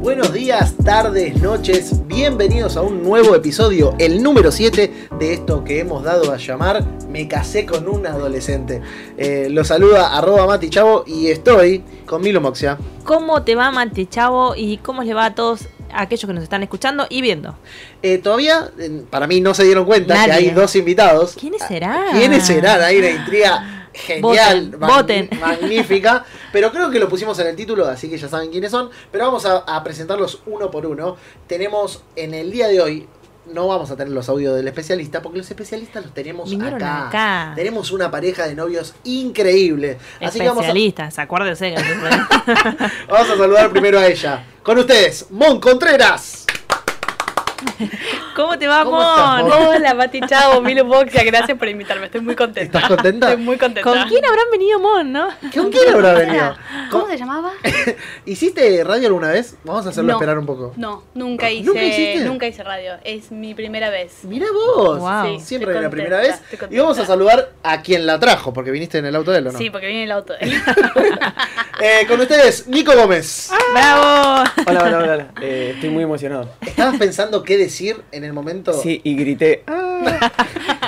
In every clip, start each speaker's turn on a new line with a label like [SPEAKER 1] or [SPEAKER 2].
[SPEAKER 1] buenos días, tardes, noches. Bienvenidos a un nuevo episodio, el número 7 de esto que hemos dado a llamar Me casé con un adolescente. Eh, los saluda arroba Mati Chavo y estoy con Milo Moxia.
[SPEAKER 2] ¿Cómo te va, Mate Chavo? ¿Y cómo les va a todos aquellos que nos están escuchando y viendo?
[SPEAKER 1] Eh, todavía, eh, para mí, no se dieron cuenta que
[SPEAKER 2] Nadie.
[SPEAKER 1] hay dos invitados.
[SPEAKER 2] ¿Quiénes serán?
[SPEAKER 1] Ah, ¿Quiénes serán? Hay una intriga genial,
[SPEAKER 2] Voten,
[SPEAKER 1] mag-
[SPEAKER 2] voten.
[SPEAKER 1] magnífica. Pero creo que lo pusimos en el título, así que ya saben quiénes son. Pero vamos a, a presentarlos uno por uno. Tenemos en el día de hoy. No vamos a tener los audios del especialista porque los especialistas los tenemos
[SPEAKER 2] Vinieron
[SPEAKER 1] acá.
[SPEAKER 2] acá.
[SPEAKER 1] Tenemos una pareja de novios increíble. Así que vamos a,
[SPEAKER 2] Especialistas, acuérdense. que-
[SPEAKER 1] vamos a saludar primero a ella. Con ustedes, Mon Contreras.
[SPEAKER 2] ¿Cómo te va,
[SPEAKER 1] ¿Cómo estás,
[SPEAKER 2] Mon?
[SPEAKER 1] Mon?
[SPEAKER 3] Hola, Mati Chavo, Milo Boxia, gracias por invitarme. Estoy muy contenta.
[SPEAKER 1] ¿Estás contenta?
[SPEAKER 3] Estoy muy contenta.
[SPEAKER 2] ¿Con quién habrán venido, Mon, no?
[SPEAKER 1] ¿Con quién habrá venido?
[SPEAKER 4] ¿Cómo
[SPEAKER 1] ¿Con-
[SPEAKER 4] se llamaba?
[SPEAKER 1] ¿Hiciste radio alguna vez? Vamos a hacerlo
[SPEAKER 3] No.
[SPEAKER 1] esperar un poco.
[SPEAKER 3] No, nunca hice,
[SPEAKER 1] ¿Nunca hiciste?
[SPEAKER 3] nunca hice radio. Es mi primera vez.
[SPEAKER 1] Mirá vos.
[SPEAKER 2] Wow.
[SPEAKER 1] Siempre
[SPEAKER 3] Sí, estoy
[SPEAKER 1] era la
[SPEAKER 3] contenta,
[SPEAKER 1] primera vez.
[SPEAKER 3] estoy contenta.
[SPEAKER 1] Y vamos a saludar a quien la trajo, porque viniste en el auto de él, ¿o no?
[SPEAKER 3] Sí, porque viene el auto de él.
[SPEAKER 1] Eh, con ustedes, Nico Gómez.
[SPEAKER 2] ¡Bravo!
[SPEAKER 5] Hola, hola, hola. hola. Eh, estoy muy emocionado.
[SPEAKER 1] ¿Estabas pensando qué decir en el momento?
[SPEAKER 5] Sí, y grité. "Ah".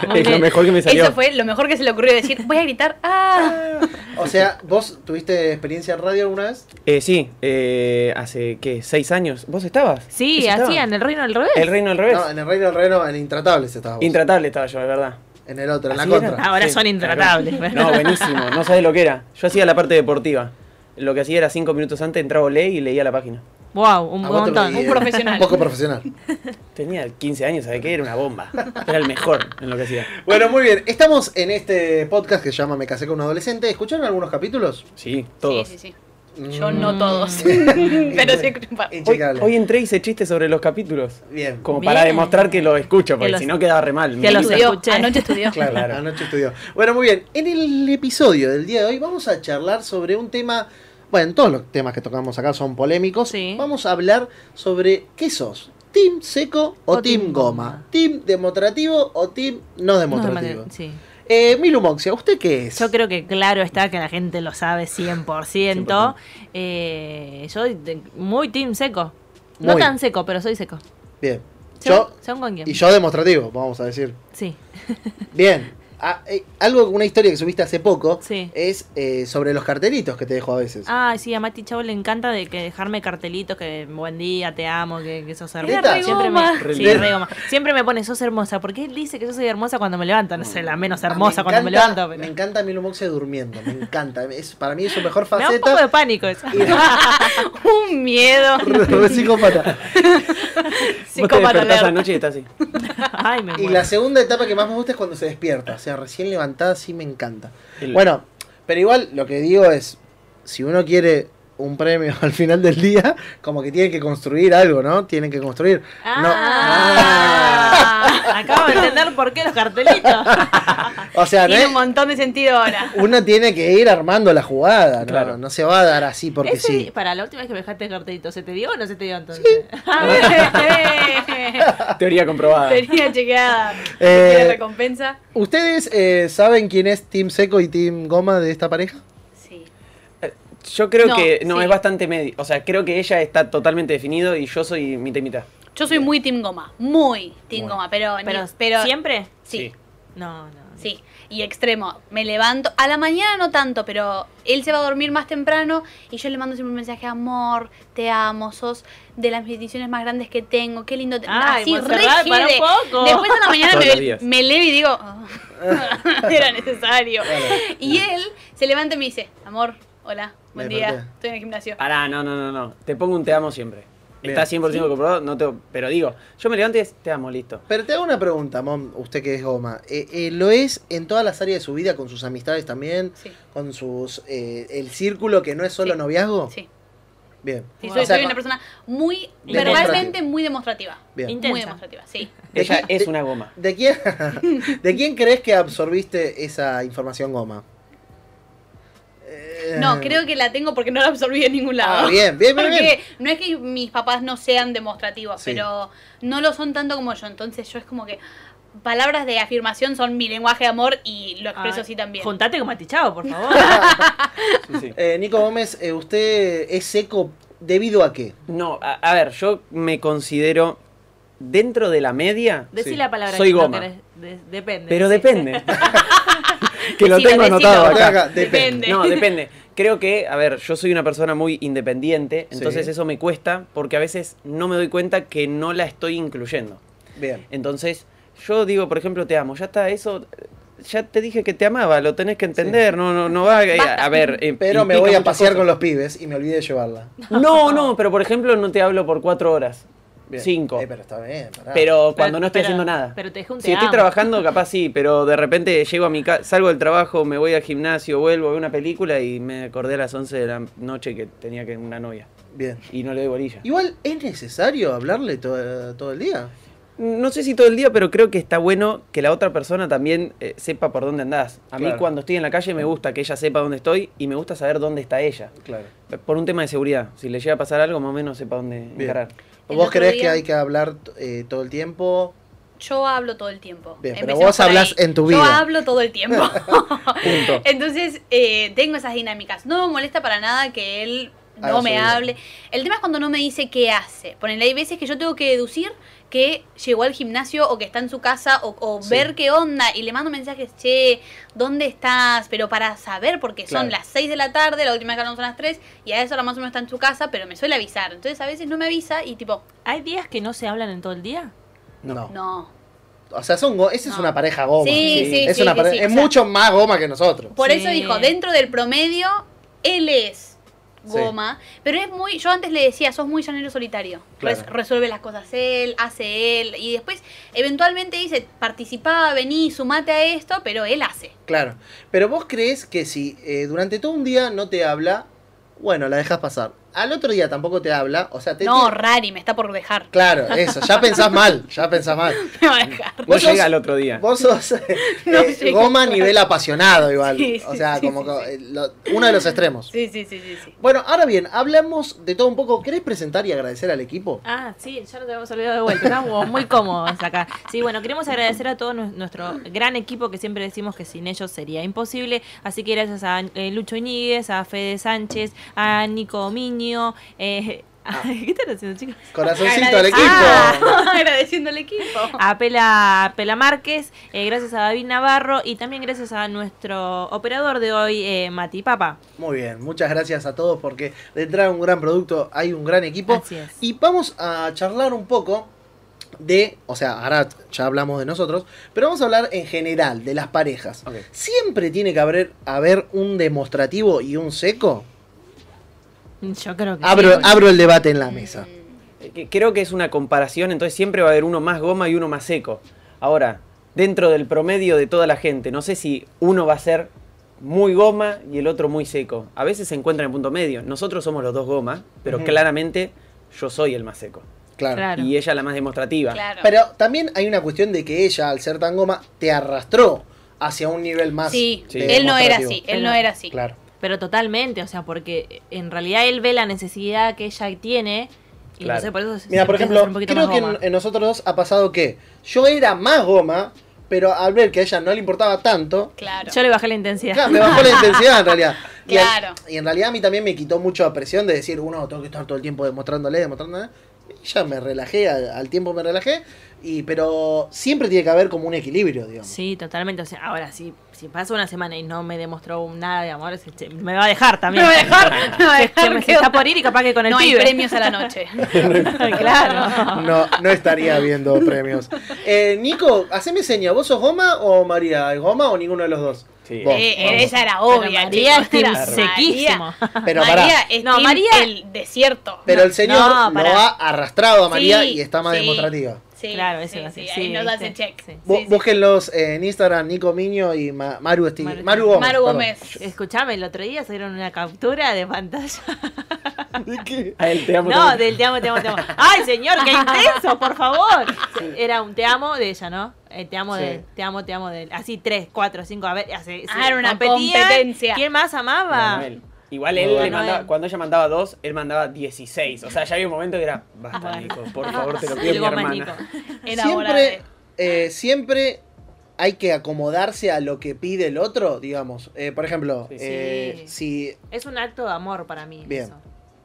[SPEAKER 2] Muy
[SPEAKER 5] es lo
[SPEAKER 2] bien.
[SPEAKER 5] mejor que me salió.
[SPEAKER 3] Eso fue lo mejor que se le ocurrió decir. Voy a gritar. ¡Ah!
[SPEAKER 1] O sea, ¿vos tuviste experiencia en radio alguna vez?
[SPEAKER 5] Eh, sí, eh, hace, ¿qué? ¿Seis años? ¿Vos estabas?
[SPEAKER 2] Sí,
[SPEAKER 5] ¿Eso estaba?
[SPEAKER 2] hacían el reino al revés.
[SPEAKER 5] El reino al revés.
[SPEAKER 1] No, en el Reino del Reino, en Intratables estabas vos.
[SPEAKER 5] Intratable estaba yo, de verdad.
[SPEAKER 1] en el otro, en la
[SPEAKER 5] ¿Así
[SPEAKER 1] contra.
[SPEAKER 5] era?
[SPEAKER 3] Ah,
[SPEAKER 2] Ahora
[SPEAKER 5] Sí,
[SPEAKER 2] son intratables.
[SPEAKER 5] claro. No, buenísimo. No sabes lo que era. Yo hacía la parte deportiva. Lo que hacía era cinco minutos antes, entraba a ley y leía la página.
[SPEAKER 2] Wow, un
[SPEAKER 1] A vos te lo
[SPEAKER 2] montón.
[SPEAKER 1] vi,
[SPEAKER 3] Un profesional.
[SPEAKER 1] un Poco profesional.
[SPEAKER 5] Tenía 15 años, ¿sabes qué? Era una bomba. Era el mejor en lo que hacía.
[SPEAKER 1] Bueno, muy bien. Estamos en este podcast que se llama Me casé con un adolescente. ¿Escucharon algunos capítulos?
[SPEAKER 5] Sí, todos.
[SPEAKER 3] Sí, sí, sí. Yo
[SPEAKER 1] Mm,
[SPEAKER 3] no todos. Pero sí.
[SPEAKER 5] Hoy,
[SPEAKER 1] Inchecable.
[SPEAKER 5] hoy entré y hice chistes sobre los capítulos.
[SPEAKER 1] Bien.
[SPEAKER 5] Como
[SPEAKER 2] Bien.
[SPEAKER 5] para demostrar que lo escucho, porque
[SPEAKER 2] los-
[SPEAKER 5] si no quedaba re mal.
[SPEAKER 2] que
[SPEAKER 5] Me
[SPEAKER 2] los
[SPEAKER 5] imitan.
[SPEAKER 3] Estudió,
[SPEAKER 2] escuché.
[SPEAKER 3] Anoche estudió.
[SPEAKER 1] Claro,
[SPEAKER 5] Claro.
[SPEAKER 1] anoche estudió. Bueno, muy bien. En el episodio del día de hoy vamos a charlar sobre un tema. Bueno, todos los temas que tocamos acá son polémicos.
[SPEAKER 2] Sí.
[SPEAKER 1] Vamos a hablar sobre qué sos. ¿Team seco o,
[SPEAKER 2] O
[SPEAKER 1] team,
[SPEAKER 2] team
[SPEAKER 1] goma?
[SPEAKER 2] goma.
[SPEAKER 1] ¿Team demostrativo o team no
[SPEAKER 2] No,
[SPEAKER 1] demostrativo?
[SPEAKER 2] sí.
[SPEAKER 1] eh, Milu Moxia, ¿usted qué es?
[SPEAKER 2] Yo creo que claro está que la gente lo sabe 100%. Eh, yo de- muy team seco. No
[SPEAKER 1] Muy.
[SPEAKER 2] tan seco, pero soy seco.
[SPEAKER 1] Bien.
[SPEAKER 2] ¿Son,
[SPEAKER 1] Yo,
[SPEAKER 2] son con quién?
[SPEAKER 1] y yo demostrativo, vamos a decir.
[SPEAKER 2] Sí.
[SPEAKER 1] Bien. Ah, eh, algo, una historia que subiste hace poco
[SPEAKER 2] Sí.
[SPEAKER 1] es eh, sobre los cartelitos que te dejo a veces.
[SPEAKER 2] Ah, sí, a Mati Chavo le encanta de que dejarme cartelitos que buen día, te amo, que, que sos hermosa.
[SPEAKER 1] Neta.
[SPEAKER 2] Siempre
[SPEAKER 5] Re
[SPEAKER 2] me, sí,
[SPEAKER 5] linda.
[SPEAKER 2] re goma. Siempre me pone sos hermosa, porque él dice que yo soy hermosa cuando me levanto, no sé, la menos
[SPEAKER 1] Ah,
[SPEAKER 2] hermosa cuando me
[SPEAKER 1] encanta-
[SPEAKER 2] levanto.
[SPEAKER 1] Me
[SPEAKER 2] Pero...
[SPEAKER 1] encanta Milo Moxia durmiendo, me encanta. Es, para mí es su mejor
[SPEAKER 2] Me da un poco de
[SPEAKER 1] faceta.
[SPEAKER 2] pánico eso.
[SPEAKER 3] Un miedo.
[SPEAKER 1] Re- re psicópata.
[SPEAKER 5] Vos te
[SPEAKER 3] Psicópata
[SPEAKER 5] despertás
[SPEAKER 3] alert.
[SPEAKER 5] anoche y estás así.
[SPEAKER 2] Ay, me
[SPEAKER 1] Y
[SPEAKER 2] muero.
[SPEAKER 1] la segunda etapa que más me gusta es cuando se despierta. O sea, recién levantada sí me encanta.
[SPEAKER 5] El-
[SPEAKER 1] Bueno, pero igual lo que digo es, si uno quiere un premio al final del día, como que tiene que construir algo, ¿no? Tienen que construir. No.
[SPEAKER 2] Ah, Acabo de entender por qué los cartelitos.
[SPEAKER 1] O sea, ¿no?
[SPEAKER 3] Tiene
[SPEAKER 1] es-
[SPEAKER 3] un montón de sentido ahora.
[SPEAKER 1] uno tiene que ir armando la jugada, ¿no?
[SPEAKER 5] Claro.
[SPEAKER 1] No se va a dar así porque
[SPEAKER 2] Ese
[SPEAKER 1] sí.
[SPEAKER 2] di- Para la última vez que me dejaste el cartelito, ¿se te dio o no se te dio entonces?
[SPEAKER 5] Teoría comprobada.
[SPEAKER 3] Tenía chequeada.
[SPEAKER 1] Ah. Eh,
[SPEAKER 3] ¿Tiene recompensa?
[SPEAKER 1] ¿Ustedes eh, saben quién es Team Seco y Team Goma de esta pareja?
[SPEAKER 3] Sí.
[SPEAKER 5] Yo creo
[SPEAKER 3] No,
[SPEAKER 5] que no,
[SPEAKER 3] sí.
[SPEAKER 5] es bastante medio. O sea, creo que ella está totalmente definido y yo soy mitad y mitad.
[SPEAKER 3] Yo soy muy team goma, muy team
[SPEAKER 5] Muy.
[SPEAKER 3] goma, pero, ni-
[SPEAKER 2] Pero,
[SPEAKER 3] pero-
[SPEAKER 2] ¿Siempre?
[SPEAKER 3] sí,
[SPEAKER 2] No, no.
[SPEAKER 3] sí, y extremo. Me levanto a la mañana no tanto, pero él se va a dormir más temprano y yo le mando siempre un mensaje, amor, te amo, sos de las bendiciones más grandes que tengo, qué lindo te
[SPEAKER 2] Ay,
[SPEAKER 3] así
[SPEAKER 2] Montserrat,
[SPEAKER 3] re
[SPEAKER 2] para un
[SPEAKER 3] gire.
[SPEAKER 2] poco.
[SPEAKER 3] Después a la mañana
[SPEAKER 5] Todos los
[SPEAKER 3] me,
[SPEAKER 5] días.
[SPEAKER 3] me leo y digo, "Ah, era necesario. Y él se levanta y me dice, amor, hola, buen
[SPEAKER 1] Me
[SPEAKER 3] día,
[SPEAKER 1] desperté.
[SPEAKER 3] estoy en el gimnasio.
[SPEAKER 5] Pará, no, no, no, no. Te pongo un te amo siempre.
[SPEAKER 1] Bien.
[SPEAKER 5] Está 100% comprobado, no te, pero digo, yo me levanto y es, te amo, listo.
[SPEAKER 1] Pero te hago una pregunta, Mom, usted que es goma. Eh, eh, ¿Lo es en todas las áreas de su vida, con sus amistades también?
[SPEAKER 3] Sí,
[SPEAKER 1] ¿Con sus eh, el círculo que no es solo
[SPEAKER 3] Sí.
[SPEAKER 1] noviazgo?
[SPEAKER 3] sí.
[SPEAKER 1] Bien.
[SPEAKER 3] Sí,
[SPEAKER 2] Wow.
[SPEAKER 3] soy,
[SPEAKER 1] O sea,
[SPEAKER 3] soy
[SPEAKER 1] con-
[SPEAKER 3] una persona muy,
[SPEAKER 1] Demostrativa.
[SPEAKER 3] verbalmente muy demostrativa.
[SPEAKER 1] Bien.
[SPEAKER 2] Intensa.
[SPEAKER 3] Muy demostrativa, sí.
[SPEAKER 5] Ella
[SPEAKER 1] Decí-
[SPEAKER 5] es una goma.
[SPEAKER 1] ¿De quién, ¿De quién crees que absorbiste esa información goma? Eh,
[SPEAKER 3] No, creo que la tengo porque no la absorbí de ningún lado.
[SPEAKER 1] Ah, bien, bien, bien, bien.
[SPEAKER 3] Porque no es que mis papás no sean demostrativos,
[SPEAKER 1] Sí.
[SPEAKER 3] pero no lo son tanto como yo. Entonces yo es como que palabras de afirmación son mi lenguaje de amor y lo expreso
[SPEAKER 2] Ay,
[SPEAKER 3] así también.
[SPEAKER 2] Juntate con Mati Chavo, por favor.
[SPEAKER 5] Sí, sí.
[SPEAKER 1] Eh, Nico Gómez, eh, ¿usted es seco ¿Debido a qué?
[SPEAKER 5] No, a, a ver, yo me considero dentro de la media.
[SPEAKER 2] Decí
[SPEAKER 5] sí,
[SPEAKER 2] la palabra
[SPEAKER 5] Soy
[SPEAKER 2] que no
[SPEAKER 5] goma.
[SPEAKER 2] querés. De- depende.
[SPEAKER 5] pero
[SPEAKER 2] sí.
[SPEAKER 5] depende. que lo
[SPEAKER 3] Decilo,
[SPEAKER 5] tengo anotado
[SPEAKER 1] decilo.
[SPEAKER 5] acá.
[SPEAKER 3] Depende.
[SPEAKER 5] No, depende. Creo que, a ver, yo soy una persona muy independiente,
[SPEAKER 1] Sí.
[SPEAKER 5] entonces eso me cuesta porque a veces no me doy cuenta que no la estoy incluyendo.
[SPEAKER 1] Bien.
[SPEAKER 5] Entonces, yo digo, por ejemplo, te amo, ya está, eso, ya te dije que te amaba, lo tenés que entender, no, no, no va a, a ver. eh,
[SPEAKER 1] Pero me
[SPEAKER 5] implica
[SPEAKER 1] voy a
[SPEAKER 5] muchas
[SPEAKER 1] pasear
[SPEAKER 5] cosas.
[SPEAKER 1] con los pibes y me olvidé de llevarla.
[SPEAKER 5] No, no, pero por ejemplo no te hablo por cuatro horas,
[SPEAKER 1] Bien.
[SPEAKER 5] cinco.
[SPEAKER 1] Eh, pero está bien, pará.
[SPEAKER 5] Pero
[SPEAKER 2] Pero-
[SPEAKER 5] cuando no estoy
[SPEAKER 2] pero-
[SPEAKER 5] haciendo nada.
[SPEAKER 2] Pero te dejé un te
[SPEAKER 5] si estoy
[SPEAKER 2] amo.
[SPEAKER 5] trabajando, capaz sí, pero de repente llego a mi casa, salgo del trabajo, me voy al gimnasio, vuelvo, veo una película y me acordé a las 11 de la noche que tenía que una novia.
[SPEAKER 1] Bien.
[SPEAKER 5] Y no le doy bolilla.
[SPEAKER 1] Igual, ¿es necesario hablarle todo, todo el día?
[SPEAKER 5] Mm, No sé si todo el día, pero creo que está bueno que la otra persona también eh, sepa por dónde andás. A mí
[SPEAKER 1] Claro.
[SPEAKER 5] cuando estoy en la calle me gusta que ella sepa dónde estoy y me gusta saber dónde está ella.
[SPEAKER 1] Claro.
[SPEAKER 5] Por un tema de seguridad. Si le llega a pasar algo, más o menos sepa dónde encarar.
[SPEAKER 3] El
[SPEAKER 1] ¿Vos
[SPEAKER 3] otro
[SPEAKER 1] crees
[SPEAKER 3] día-
[SPEAKER 1] que hay que hablar eh, todo el tiempo?
[SPEAKER 3] Yo hablo todo el tiempo.
[SPEAKER 1] Bien, pero
[SPEAKER 3] Empecemos
[SPEAKER 1] vos
[SPEAKER 3] por
[SPEAKER 1] hablás en tu
[SPEAKER 3] Yo
[SPEAKER 1] vida.
[SPEAKER 3] hablo todo el tiempo.
[SPEAKER 5] Punto.
[SPEAKER 3] Entonces, eh, tengo esas dinámicas. No me molesta para nada que él no
[SPEAKER 1] Haga su
[SPEAKER 3] me
[SPEAKER 1] vida.
[SPEAKER 3] hable. El tema es cuando no me dice qué hace. Ponele, hay veces que yo tengo que deducir que llegó al gimnasio o que está en su casa o, o
[SPEAKER 1] Sí.
[SPEAKER 3] ver qué onda. Y le mando mensajes, che, ¿dónde estás? Pero para saber, porque
[SPEAKER 1] Claro.
[SPEAKER 3] son las 6 de la tarde, la última vez que hablamos son las 3, y a esa hora más o menos está en su casa, pero me suele avisar. Entonces, a veces no me avisa y tipo,
[SPEAKER 2] ¿Hay días que no se hablan en todo el día?
[SPEAKER 1] No.
[SPEAKER 3] no.
[SPEAKER 1] O sea, son go- esa es
[SPEAKER 3] No.
[SPEAKER 1] una pareja goma.
[SPEAKER 3] Sí,
[SPEAKER 5] sí,
[SPEAKER 1] es
[SPEAKER 3] sí,
[SPEAKER 1] una
[SPEAKER 3] sí,
[SPEAKER 1] pare-
[SPEAKER 3] sí,
[SPEAKER 1] es
[SPEAKER 3] o sea-
[SPEAKER 1] mucho más goma que nosotros.
[SPEAKER 3] Por
[SPEAKER 2] Sí.
[SPEAKER 3] eso dijo, dentro del promedio, él es goma, pero es muy, yo antes le decía, sos muy llanero solitario, Res-
[SPEAKER 1] Claro.
[SPEAKER 3] resuelve las cosas él, hace él, y después eventualmente dice, participá, vení, sumate a esto, pero él hace.
[SPEAKER 1] Claro. Pero vos crees que si eh, durante todo un día no te habla, bueno, la dejas pasar. Al otro día tampoco te habla, o sea, te.
[SPEAKER 3] No,
[SPEAKER 1] te-
[SPEAKER 3] Rari, me está por dejar.
[SPEAKER 1] Claro, eso, ya pensás mal, ya pensás mal.
[SPEAKER 3] Me va a dejar.
[SPEAKER 5] No
[SPEAKER 1] Vos
[SPEAKER 5] llega
[SPEAKER 1] sos-
[SPEAKER 5] al otro día.
[SPEAKER 1] Vos sos eh,
[SPEAKER 3] No
[SPEAKER 1] eh,
[SPEAKER 3] llega,
[SPEAKER 1] goma a
[SPEAKER 3] claro.
[SPEAKER 1] nivel apasionado igual.
[SPEAKER 3] Sí, sí,
[SPEAKER 1] o sea,
[SPEAKER 3] sí,
[SPEAKER 1] como
[SPEAKER 3] sí,
[SPEAKER 1] co-
[SPEAKER 3] sí.
[SPEAKER 1] eh, lo- uno de los extremos.
[SPEAKER 3] Sí, sí, sí, sí, sí.
[SPEAKER 1] Bueno, ahora bien, hablamos de todo un poco. ¿Querés presentar y agradecer al equipo?
[SPEAKER 2] Ah, sí, ya lo habíamos olvidado de vuelta. Estamos muy cómodos acá. Sí, bueno, queremos agradecer a todo nu- nuestro gran equipo que siempre decimos que sin ellos sería imposible. Así que gracias a eh, Lucho Iñiguez, a Fede Sánchez, a Nico Miño. eh,
[SPEAKER 5] Ah.
[SPEAKER 2] ¿Qué están haciendo, chicos?
[SPEAKER 1] Corazoncito al equipo.
[SPEAKER 3] Ah, agradeciendo al equipo.
[SPEAKER 2] A Pela, Pela Márquez, eh, gracias a David Navarro y también gracias a nuestro operador de hoy, eh, Mati Papa.
[SPEAKER 1] Muy bien, muchas gracias a todos porque detrás de un gran producto hay un gran equipo.
[SPEAKER 2] Así es.
[SPEAKER 1] Y vamos a charlar un poco de, o sea, ahora ya hablamos de nosotros, pero vamos a hablar en general de las parejas.
[SPEAKER 5] Ok.
[SPEAKER 1] ¿Siempre tiene que haber, haber un demostrativo y un seco?
[SPEAKER 2] Yo creo que
[SPEAKER 1] Abro,
[SPEAKER 2] sí.
[SPEAKER 1] abro el debate en la mesa.
[SPEAKER 3] Mm,
[SPEAKER 5] Eh, que- Creo que es una comparación, entonces siempre va a haber uno más goma y uno más seco. Ahora, dentro del promedio de toda la gente, no sé si uno va a ser muy goma y el otro muy seco. A veces se encuentran en punto medio. Nosotros somos los dos goma, pero
[SPEAKER 1] Ujú.
[SPEAKER 5] claramente yo soy el más seco.
[SPEAKER 3] Mm,
[SPEAKER 1] Claro.
[SPEAKER 2] Claro.
[SPEAKER 5] Y ella la más demostrativa.
[SPEAKER 3] Claro.
[SPEAKER 1] Pero también hay una cuestión de que ella, al ser tan goma, te arrastró hacia un nivel más.
[SPEAKER 3] sí,
[SPEAKER 5] Sí.
[SPEAKER 1] de
[SPEAKER 3] él no era
[SPEAKER 1] demostrativo.
[SPEAKER 3] así, él no era así.
[SPEAKER 1] Claro.
[SPEAKER 2] Pero totalmente, o sea, porque en realidad él ve la necesidad que ella tiene. Y
[SPEAKER 5] Claro.
[SPEAKER 2] no sé, por eso se-
[SPEAKER 1] Mira, por
[SPEAKER 2] se
[SPEAKER 1] ejemplo,
[SPEAKER 2] empieza a hacer un poquito
[SPEAKER 1] creo
[SPEAKER 2] más
[SPEAKER 1] que en,
[SPEAKER 2] goma.
[SPEAKER 1] en nosotros dos ha pasado que yo era más goma, pero al ver que a ella no le importaba tanto,
[SPEAKER 3] Claro.
[SPEAKER 2] Yo le bajé la intensidad.
[SPEAKER 1] claro, me bajó la intensidad en realidad. Y al-
[SPEAKER 3] Claro.
[SPEAKER 1] Y, en realidad a mí también me quitó mucho la presión de decir, uno, tengo que estar todo el tiempo demostrándole, demostrándole. Y ya me relajé, al, al tiempo me relajé, y pero siempre tiene que haber como un equilibrio, digamos.
[SPEAKER 2] Sí, totalmente. O sea, ahora sí, si pasa una semana y no me demostró nada de amor, se- se- me va a dejar también.
[SPEAKER 3] Me va a dejar, me va a
[SPEAKER 2] Que- que
[SPEAKER 3] dejar,
[SPEAKER 2] me- se
[SPEAKER 3] ¿qué
[SPEAKER 2] está
[SPEAKER 3] onda?
[SPEAKER 2] por ir y capaz que con el
[SPEAKER 3] no hay
[SPEAKER 2] pibe.
[SPEAKER 3] premios a la noche.
[SPEAKER 2] claro.
[SPEAKER 1] No, no estaría viendo premios. Eh, Nico, haceme seña, ¿vos sos goma o María? ¿Es goma o ninguno de los dos?
[SPEAKER 5] Sí.
[SPEAKER 1] Vos,
[SPEAKER 3] Eh,
[SPEAKER 1] vamos.
[SPEAKER 3] esa era
[SPEAKER 2] Pero
[SPEAKER 3] obvia.
[SPEAKER 2] María es
[SPEAKER 3] chicos, era
[SPEAKER 2] team sequísimo.
[SPEAKER 1] Pero
[SPEAKER 3] María
[SPEAKER 1] pará.
[SPEAKER 3] es
[SPEAKER 2] No,
[SPEAKER 3] team
[SPEAKER 2] María-
[SPEAKER 3] el desierto.
[SPEAKER 1] Pero el señor
[SPEAKER 2] no,
[SPEAKER 1] lo
[SPEAKER 2] pará.
[SPEAKER 1] ha arrastrado a María
[SPEAKER 3] Sí,
[SPEAKER 1] y está más
[SPEAKER 3] sí.
[SPEAKER 1] demostrativa.
[SPEAKER 3] Sí,
[SPEAKER 2] Claro, eso
[SPEAKER 3] sí,
[SPEAKER 2] va a ser,
[SPEAKER 3] sí,
[SPEAKER 2] sí,
[SPEAKER 3] ahí nos
[SPEAKER 2] viste,
[SPEAKER 3] hace check.
[SPEAKER 2] sí.
[SPEAKER 1] Bú-
[SPEAKER 3] Sí, sí.
[SPEAKER 1] Búsquenlos en Instagram, Nico Miño y Ma- Maru, Esti-
[SPEAKER 2] Maru-
[SPEAKER 1] Maru Gómez.
[SPEAKER 3] Maru
[SPEAKER 1] perdón.
[SPEAKER 3] Gómez.
[SPEAKER 2] Escuchame, el otro día se dieron una captura de pantalla.
[SPEAKER 1] ¿De qué?
[SPEAKER 5] A él te amo
[SPEAKER 2] No,
[SPEAKER 5] también.
[SPEAKER 2] del te amo, te amo, te amo. ¡Ay, señor, qué intenso, por favor! Era un te amo de ella, ¿no? Eh, te amo
[SPEAKER 1] Sí.
[SPEAKER 2] de él, te amo, te amo de él. Así tres, cuatro, cinco, a ver, así,
[SPEAKER 3] Ah,
[SPEAKER 2] sí,
[SPEAKER 3] era una
[SPEAKER 2] competían.
[SPEAKER 3] competencia.
[SPEAKER 2] ¿Quién más amaba?
[SPEAKER 5] Manuel. Igual él le
[SPEAKER 1] Manuel.
[SPEAKER 5] mandaba, cuando ella mandaba dos, él mandaba 16. O sea, ya había un momento que era, basta,
[SPEAKER 2] Bueno.
[SPEAKER 5] Nico, por favor, te lo
[SPEAKER 2] Y
[SPEAKER 5] pido, mi
[SPEAKER 2] luego más
[SPEAKER 5] hermana.
[SPEAKER 2] Nico.
[SPEAKER 3] Era hora
[SPEAKER 1] Siempre,
[SPEAKER 3] de-
[SPEAKER 1] eh, siempre hay que acomodarse a lo que pide el otro, digamos. Eh, por ejemplo,
[SPEAKER 5] Sí.
[SPEAKER 1] eh,
[SPEAKER 2] Sí.
[SPEAKER 1] si
[SPEAKER 2] Es un acto de amor para mí.
[SPEAKER 1] Bien.
[SPEAKER 2] eso.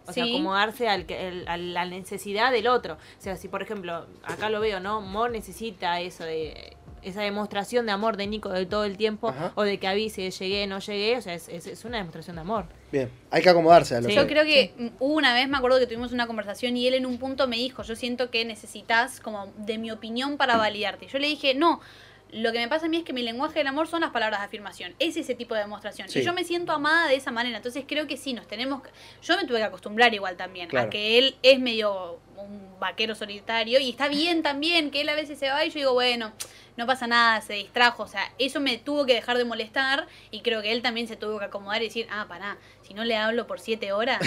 [SPEAKER 2] O O sea,
[SPEAKER 3] Sí.
[SPEAKER 2] acomodarse al, que- el- a la necesidad del otro. O sea, si por ejemplo, acá lo veo, ¿no? Mo necesita eso de esa demostración de amor de Nico de todo el tiempo
[SPEAKER 1] Ajá.
[SPEAKER 2] o de que avise, llegué, no llegué, o sea, es, es- es una demostración de amor.
[SPEAKER 1] Bien, hay que acomodarse a lo
[SPEAKER 2] Sí.
[SPEAKER 1] que-
[SPEAKER 3] Yo creo que mm, hubo una vez, me acuerdo que tuvimos una conversación y él en un punto me dijo, yo siento que necesitas como de mi opinión para validarte. Yo le dije, no, lo que me pasa a mí es que mi lenguaje del amor son las palabras de afirmación, es ese tipo de demostración.
[SPEAKER 1] Sí.
[SPEAKER 3] Y yo me siento amada de esa manera, entonces creo que sí, nos tenemos... que- Yo me tuve que acostumbrar igual también,
[SPEAKER 1] Claro.
[SPEAKER 3] a que él es medio un vaquero solitario y está bien también, que él a veces se va y yo digo, bueno... No pasa nada, se distrajo, o sea, eso me tuvo que dejar de molestar y creo que él también se tuvo que acomodar y decir, ah, pará, si no le hablo por siete horas,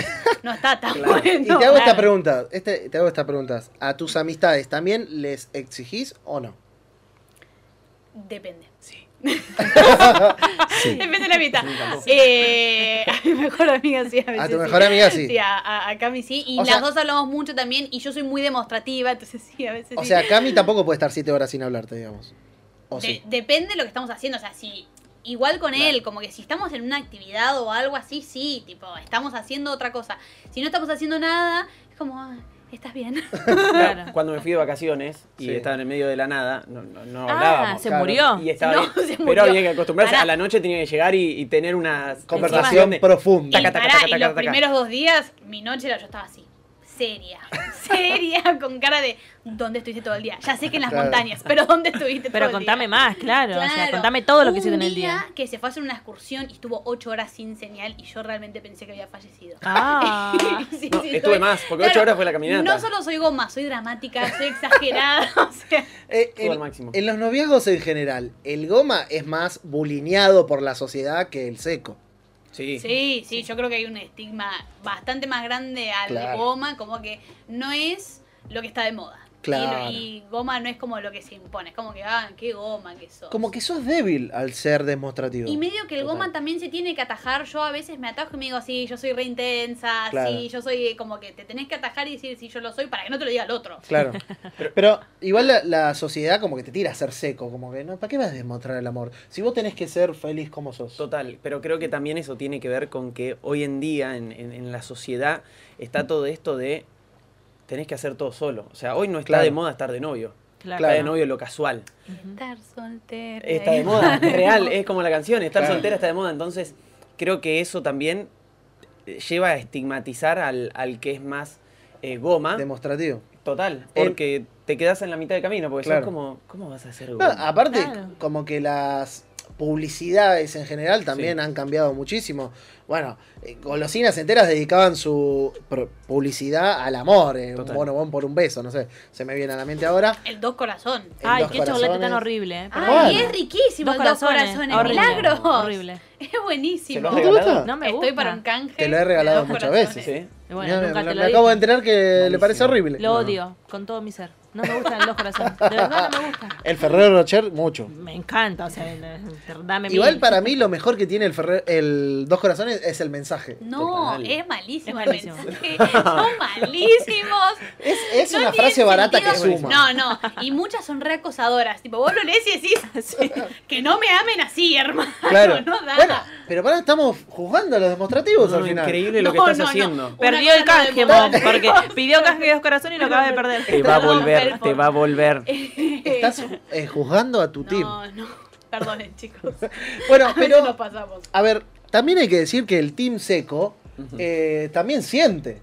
[SPEAKER 3] no está tan
[SPEAKER 5] Claro.
[SPEAKER 3] bueno.
[SPEAKER 1] Y te hago esta
[SPEAKER 2] claro.
[SPEAKER 1] pregunta, este, te hago estas preguntas. ¿A tus amistades también les exigís o no?
[SPEAKER 3] Depende.
[SPEAKER 5] Sí.
[SPEAKER 1] Sí.
[SPEAKER 3] Depende de la mitad.
[SPEAKER 5] Sí, tampoco.
[SPEAKER 3] Eh, a mi mejor amiga sí, a veces
[SPEAKER 1] A tu
[SPEAKER 3] sí.
[SPEAKER 1] mejor amiga sí.
[SPEAKER 3] Sí, a, a- a Cami sí. Y
[SPEAKER 1] O
[SPEAKER 3] las
[SPEAKER 1] sea-
[SPEAKER 3] dos hablamos mucho también y yo soy muy demostrativa, entonces sí, a veces
[SPEAKER 1] O
[SPEAKER 3] sí.
[SPEAKER 1] sea, Cami tampoco puede estar siete horas sin hablarte, digamos. O
[SPEAKER 3] De-
[SPEAKER 1] sí.
[SPEAKER 3] Depende de lo que estamos haciendo, o sea, si... Igual con
[SPEAKER 5] Claro.
[SPEAKER 3] él, como que si estamos en una actividad o algo así, sí, tipo, estamos haciendo otra cosa. Si no estamos haciendo nada, es como, ah, ¿estás bien?
[SPEAKER 2] Claro.
[SPEAKER 5] Cuando me fui de vacaciones y
[SPEAKER 1] Sí.
[SPEAKER 5] estaba en el medio de la nada, no, no, no
[SPEAKER 2] ah,
[SPEAKER 5] hablábamos.
[SPEAKER 2] se
[SPEAKER 1] claro.
[SPEAKER 2] murió.
[SPEAKER 5] Y estaba
[SPEAKER 3] No,
[SPEAKER 5] bien.
[SPEAKER 3] se
[SPEAKER 5] Pero
[SPEAKER 3] murió.
[SPEAKER 5] había que acostumbrarse.
[SPEAKER 3] Pará.
[SPEAKER 5] A la noche tenía que llegar y, y tener una
[SPEAKER 1] Conversación
[SPEAKER 3] Y,
[SPEAKER 1] profunda.
[SPEAKER 5] Taca, taca,
[SPEAKER 3] pará,
[SPEAKER 5] taca,
[SPEAKER 3] y
[SPEAKER 5] taca,
[SPEAKER 3] los
[SPEAKER 5] taca.
[SPEAKER 3] primeros dos días, mi noche era yo estaba así, seria, seria, con cara de ¿dónde estuviste todo el día? Ya sé que en las
[SPEAKER 1] Claro.
[SPEAKER 3] montañas, pero ¿dónde estuviste
[SPEAKER 2] Pero
[SPEAKER 3] todo el
[SPEAKER 2] contame
[SPEAKER 3] día?
[SPEAKER 2] más, claro. O sea,
[SPEAKER 3] Claro.
[SPEAKER 2] contame todo lo que
[SPEAKER 3] Un
[SPEAKER 2] hiciste en el día.
[SPEAKER 3] que se fue a hacer una excursión y estuvo ocho horas sin señal y yo realmente pensé que había fallecido.
[SPEAKER 2] Ah.
[SPEAKER 3] Sí,
[SPEAKER 5] No,
[SPEAKER 3] sí,
[SPEAKER 5] estuve
[SPEAKER 3] soy-
[SPEAKER 5] más, porque ocho
[SPEAKER 3] Claro,
[SPEAKER 5] horas fue la caminata.
[SPEAKER 3] No solo soy goma, soy dramática, soy exagerada, o sea,
[SPEAKER 1] Eh,
[SPEAKER 5] Todo al
[SPEAKER 1] en,
[SPEAKER 5] máximo.
[SPEAKER 1] en los noviazgos en general, el goma es más bulineado por la sociedad que el seco.
[SPEAKER 5] Sí.
[SPEAKER 3] Sí, sí, yo creo que hay un estigma bastante más grande al
[SPEAKER 1] Claro.
[SPEAKER 3] goma, como que no es lo que está de moda. Y lo-
[SPEAKER 1] Claro.
[SPEAKER 3] Y, goma no es como lo que se impone, es como que, ah, qué goma que sos.
[SPEAKER 1] Como que sos débil al ser demostrativo.
[SPEAKER 3] y medio que el
[SPEAKER 1] Total.
[SPEAKER 3] goma también se tiene que atajar. Yo a veces me atajo y me digo, sí, yo soy re intensa,
[SPEAKER 1] Claro.
[SPEAKER 3] sí, yo soy eh, como que te tenés que atajar y decir si yo lo soy para que no te lo diga el otro.
[SPEAKER 1] Claro. Pero igual la, la sociedad como que te tira a ser seco, como que no, ¿para qué vas a demostrar el amor? Si vos tenés que ser feliz como sos.
[SPEAKER 5] Total, pero creo que también eso tiene que ver con que hoy en día en, en- en la sociedad está todo esto de tenés que hacer todo solo. O sea, hoy no está
[SPEAKER 1] Claro.
[SPEAKER 5] de moda estar de novio.
[SPEAKER 2] Claro.
[SPEAKER 5] Está de novio lo casual.
[SPEAKER 2] Ujú.
[SPEAKER 3] Estar eh, soltero.
[SPEAKER 5] Está de moda, es real, es como la canción, estar
[SPEAKER 1] Claro.
[SPEAKER 5] soltera está de moda. Entonces, creo que eso también eh, lleva a estigmatizar al, al que es más eh, goma.
[SPEAKER 1] Demostrativo.
[SPEAKER 5] Total, porque te quedas en la mitad del camino, porque
[SPEAKER 1] Claro.
[SPEAKER 5] sos como, ¿cómo vas a hacer
[SPEAKER 1] No,
[SPEAKER 5] goma?
[SPEAKER 1] aparte,
[SPEAKER 2] Claro.
[SPEAKER 1] c- como que las publicidades en general también
[SPEAKER 5] Sí.
[SPEAKER 1] han cambiado muchísimo. Bueno, eh, golosinas enteras dedicaban su pro- publicidad al amor, eh, un
[SPEAKER 5] Total.
[SPEAKER 1] bonobón por un beso, no sé, se me viene a la mente ahora.
[SPEAKER 3] El dos corazón.
[SPEAKER 1] El
[SPEAKER 2] Ay,
[SPEAKER 1] dos
[SPEAKER 2] qué chocolate tan
[SPEAKER 1] corazones.
[SPEAKER 2] horrible. eh. Pero
[SPEAKER 1] bueno.
[SPEAKER 3] Ay, es riquísimo el dos corazones,
[SPEAKER 2] horrible,
[SPEAKER 3] milagros.
[SPEAKER 2] Horrible.
[SPEAKER 3] Es buenísimo.
[SPEAKER 5] ¿Se lo has
[SPEAKER 1] ¿No te
[SPEAKER 5] regalado?
[SPEAKER 1] gusta?
[SPEAKER 2] No me gusta.
[SPEAKER 3] Estoy para un canje.
[SPEAKER 1] Te lo he regalado
[SPEAKER 3] de dos
[SPEAKER 1] muchas
[SPEAKER 3] corazones.
[SPEAKER 1] veces. ¿eh?
[SPEAKER 5] Sí.
[SPEAKER 2] Y Bueno,
[SPEAKER 1] Mirá,
[SPEAKER 2] nunca
[SPEAKER 1] me,
[SPEAKER 2] te
[SPEAKER 1] me
[SPEAKER 2] lo dije.
[SPEAKER 1] acabo de enterar que le parece
[SPEAKER 5] Buenísimo.
[SPEAKER 1] horrible.
[SPEAKER 2] Lo odio con todo mi ser. No me gustan los corazones. De verdad no me gusta.
[SPEAKER 1] El Ferrero Rocher, mucho.
[SPEAKER 2] Me encanta, o sea, de- de- dame mil.
[SPEAKER 1] Igual para mí lo mejor que tiene el, Ferre- el Dos Corazones es el mensaje.
[SPEAKER 3] No,
[SPEAKER 5] Total.
[SPEAKER 3] es malísimo
[SPEAKER 2] Es
[SPEAKER 3] el
[SPEAKER 2] malísimo.
[SPEAKER 3] mensaje. Son malísimos.
[SPEAKER 1] Es, es
[SPEAKER 3] No
[SPEAKER 1] una
[SPEAKER 3] tiene
[SPEAKER 1] frase barata que
[SPEAKER 3] sentido.
[SPEAKER 1] suma.
[SPEAKER 3] No, no. Y muchas son re acosadoras. Tipo, vos lo lees y decís que no me amen así, hermano.
[SPEAKER 1] Claro.
[SPEAKER 3] No da.
[SPEAKER 1] Bueno, pero ahora estamos jugando a los demostrativos
[SPEAKER 5] No,
[SPEAKER 1] al final.
[SPEAKER 5] increíble lo que
[SPEAKER 3] No,
[SPEAKER 5] estás
[SPEAKER 3] no, no.
[SPEAKER 5] haciendo.
[SPEAKER 2] Perdió
[SPEAKER 3] Una
[SPEAKER 2] el
[SPEAKER 3] cosa no
[SPEAKER 2] canje,
[SPEAKER 3] demuestra-
[SPEAKER 2] Mom, porque pidió canje de dos corazones y lo acabas de perder.
[SPEAKER 5] Te va a
[SPEAKER 3] Perdón,
[SPEAKER 5] volver,
[SPEAKER 3] Belfort.
[SPEAKER 5] te va a volver.
[SPEAKER 1] Estás eh, juzgando a tu team.
[SPEAKER 3] No, no. Perdonen, chicos.
[SPEAKER 1] Bueno,
[SPEAKER 3] A veces nos
[SPEAKER 1] pero
[SPEAKER 3] pasamos.
[SPEAKER 1] a ver, también hay que decir que el team seco
[SPEAKER 5] Ujú.
[SPEAKER 1] eh, también siente.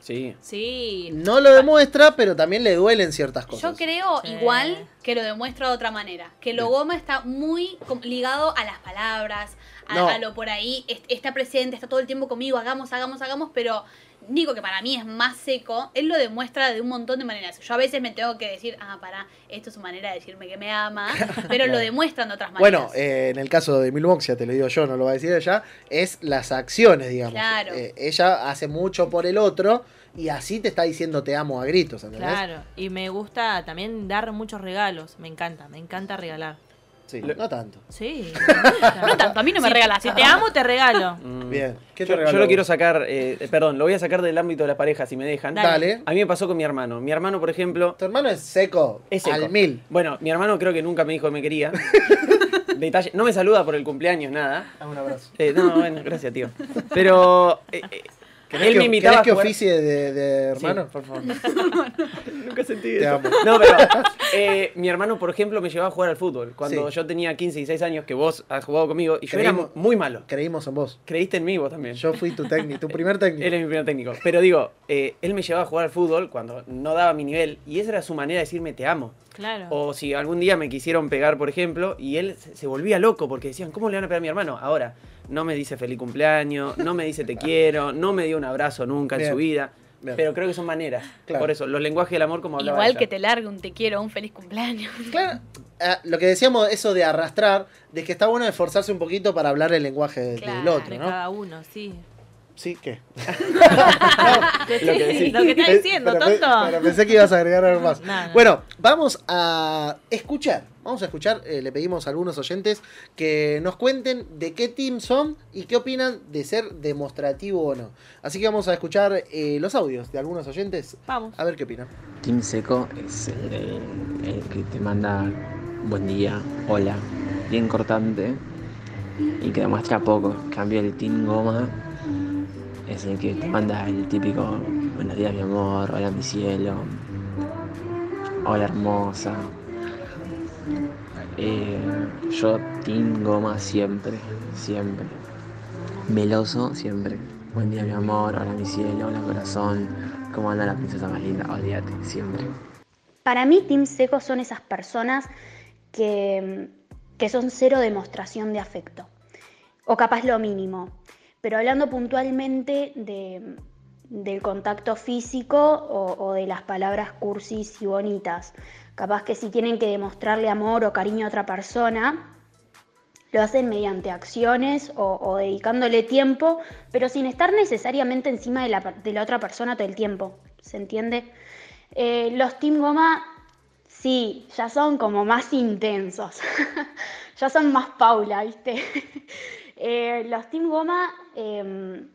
[SPEAKER 5] Sí.
[SPEAKER 2] Sí.
[SPEAKER 1] No lo demuestra, pero también le duelen ciertas cosas.
[SPEAKER 3] Yo creo
[SPEAKER 2] Sí.
[SPEAKER 3] igual que lo demuestro de otra manera. Que lo
[SPEAKER 1] Bien.
[SPEAKER 3] goma está muy com- ligado a las palabras, a,
[SPEAKER 1] No.
[SPEAKER 3] a lo por ahí. es- está presente, está todo el tiempo conmigo, hagamos, hagamos, hagamos. Pero Nico, que para mí es más seco, él lo demuestra de un montón de maneras. Yo a veces me tengo que decir, ah, pará, esto es su manera de decirme que me ama. Pero lo demuestran de otras maneras.
[SPEAKER 1] Bueno, eh, en el caso de Milwaukee, ya te lo digo yo, no lo va a decir ella, es las acciones, digamos.
[SPEAKER 3] Claro.
[SPEAKER 1] Eh, ella hace mucho por el otro y así te está diciendo te amo a gritos, ¿entendés?
[SPEAKER 2] Claro, y me gusta también dar muchos regalos. Me encanta, me encanta regalar.
[SPEAKER 1] Sí,
[SPEAKER 5] Lo-
[SPEAKER 1] no tanto.
[SPEAKER 2] Sí. me gusta.
[SPEAKER 3] no tanto, a mí no me
[SPEAKER 2] Si-
[SPEAKER 3] regalas.
[SPEAKER 2] Si te amo, te regalo.
[SPEAKER 5] Mm.
[SPEAKER 1] Bien. ¿Qué te
[SPEAKER 5] Yo, yo
[SPEAKER 1] regaló?
[SPEAKER 5] lo quiero sacar, eh, perdón, lo voy a sacar del ámbito de las parejas, si me dejan.
[SPEAKER 2] Dale.
[SPEAKER 1] Dale.
[SPEAKER 5] A mí me pasó con mi hermano. Mi hermano, por ejemplo,
[SPEAKER 1] Tu hermano es seco,
[SPEAKER 5] Es seco.
[SPEAKER 1] al mil.
[SPEAKER 5] bueno, mi hermano creo que nunca me dijo que me quería. Detalle, no me saluda por el cumpleaños, nada.
[SPEAKER 1] Dame un abrazo.
[SPEAKER 5] Eh, no, bueno, gracias, tío. Pero eh, eh,
[SPEAKER 1] ¿Querés
[SPEAKER 5] Él
[SPEAKER 1] que-
[SPEAKER 5] me invitaba
[SPEAKER 1] querés que
[SPEAKER 5] a jugar-
[SPEAKER 1] oficie de, de
[SPEAKER 5] Sí,
[SPEAKER 1] hermano?
[SPEAKER 5] por favor. Nunca sentí
[SPEAKER 1] Te
[SPEAKER 5] eso.
[SPEAKER 1] amo.
[SPEAKER 5] No, pero eh, mi hermano, por ejemplo, me llevaba a jugar al fútbol. Cuando
[SPEAKER 1] Sí.
[SPEAKER 5] yo tenía 15 y 6 años, que vos has jugado conmigo, y yo
[SPEAKER 1] Creímos-
[SPEAKER 5] era muy malo.
[SPEAKER 1] Creímos en vos.
[SPEAKER 5] Creíste en mí vos también.
[SPEAKER 1] Yo fui tu técnico, tu primer técnico.
[SPEAKER 5] Él es mi primer técnico. Pero digo, eh, él me llevaba a jugar al fútbol cuando no daba mi nivel. Y esa era su manera de decirme te amo.
[SPEAKER 3] Ah.
[SPEAKER 2] Claro.
[SPEAKER 5] O si algún día me quisieron pegar, por ejemplo, y él se se volvía loco porque decían, ¿cómo le van a pegar a mi hermano? Ahora, no me dice feliz cumpleaños, no me dice te quiero, no me dio un abrazo nunca en
[SPEAKER 1] Bien.
[SPEAKER 5] su vida.
[SPEAKER 1] Bien.
[SPEAKER 5] Pero creo que son maneras.
[SPEAKER 1] Claro.
[SPEAKER 5] Por eso, los lenguajes del amor como hablaba
[SPEAKER 3] Igual
[SPEAKER 5] ella.
[SPEAKER 3] que te largue un te quiero, un feliz cumpleaños.
[SPEAKER 1] Claro, ah, lo que decíamos, eso de arrastrar, de que está bueno esforzarse un poquito para hablar el lenguaje de- del
[SPEAKER 3] Claro,
[SPEAKER 1] otro,
[SPEAKER 2] de
[SPEAKER 1] ¿no?
[SPEAKER 2] cada uno, sí.
[SPEAKER 1] Sí, ¿qué?
[SPEAKER 5] Lo que decís.
[SPEAKER 2] lo que está
[SPEAKER 1] Pe-
[SPEAKER 2] diciendo,
[SPEAKER 1] pero pe-
[SPEAKER 2] tonto.
[SPEAKER 1] pero pensé que ibas a agregar algo más.
[SPEAKER 2] No, no.
[SPEAKER 1] Bueno, vamos a escuchar. Vamos a escuchar. eh, le pedimos a algunos oyentes que nos cuenten de qué team son y qué opinan de ser demostrativo o no. Así que vamos a escuchar eh, los audios de algunos oyentes.
[SPEAKER 2] Vamos.
[SPEAKER 1] A ver qué opinan.
[SPEAKER 4] Team Seco es el, de- el que te manda buen día, hola, bien cortante y que demuestra poco. En cambio, el Team Goma es el que te manda el típico buenos días, mi amor, hola, mi cielo, hola, hermosa. Eh, yo, Team Goma, siempre, siempre. Meloso, siempre. Buen día, mi amor, hola, mi cielo, hola, corazón. ¿Cómo anda la princesa más linda? Olvídate, siempre.
[SPEAKER 6] Para mí, Team Seco son esas personas que, que son cero demostración de afecto, o capaz lo mínimo. Pero hablando puntualmente de- del contacto físico o, o de las palabras cursis y bonitas, capaz que si tienen que demostrarle amor o cariño a otra persona, lo hacen mediante acciones o, o dedicándole tiempo, pero sin estar necesariamente encima de la, per- de la otra persona todo el tiempo. ¿Se entiende? Eh, los Team Goma, sí, ya son como más intensos. ya son más Paula, ¿viste? Eh, los Team Goma em,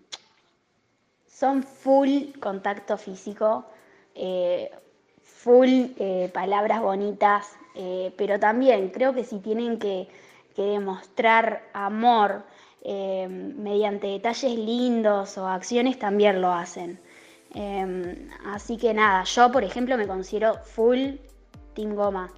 [SPEAKER 6] son full contacto físico, eh, full eh, palabras bonitas, eh, pero también creo que si tienen que, que demostrar amor eh, mediante detalles lindos o acciones, también lo hacen. Eh, así que nada, yo por ejemplo me considero full Team Goma.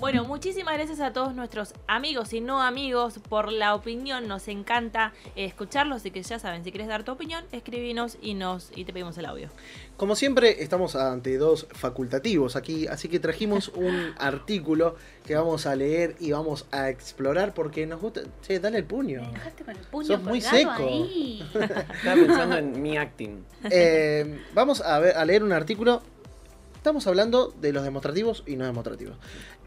[SPEAKER 2] Bueno, muchísimas gracias a todos nuestros amigos y no amigos por la opinión. Nos encanta eh, escucharlos y que ya saben, si quieres dar tu opinión, escribinos y nos y te pedimos el audio.
[SPEAKER 1] Como siempre, estamos ante dos facultativos aquí, así que trajimos un artículo que vamos a leer y vamos a explorar porque nos gusta. Che, dale el puño.
[SPEAKER 3] Me dejaste con el puño
[SPEAKER 1] Sos muy
[SPEAKER 3] colgado
[SPEAKER 1] seco.
[SPEAKER 3] ahí.
[SPEAKER 5] Estaba pensando en mi acting.
[SPEAKER 1] Eh, vamos a, ver- a leer un artículo. Estamos hablando de los demostrativos y no demostrativos.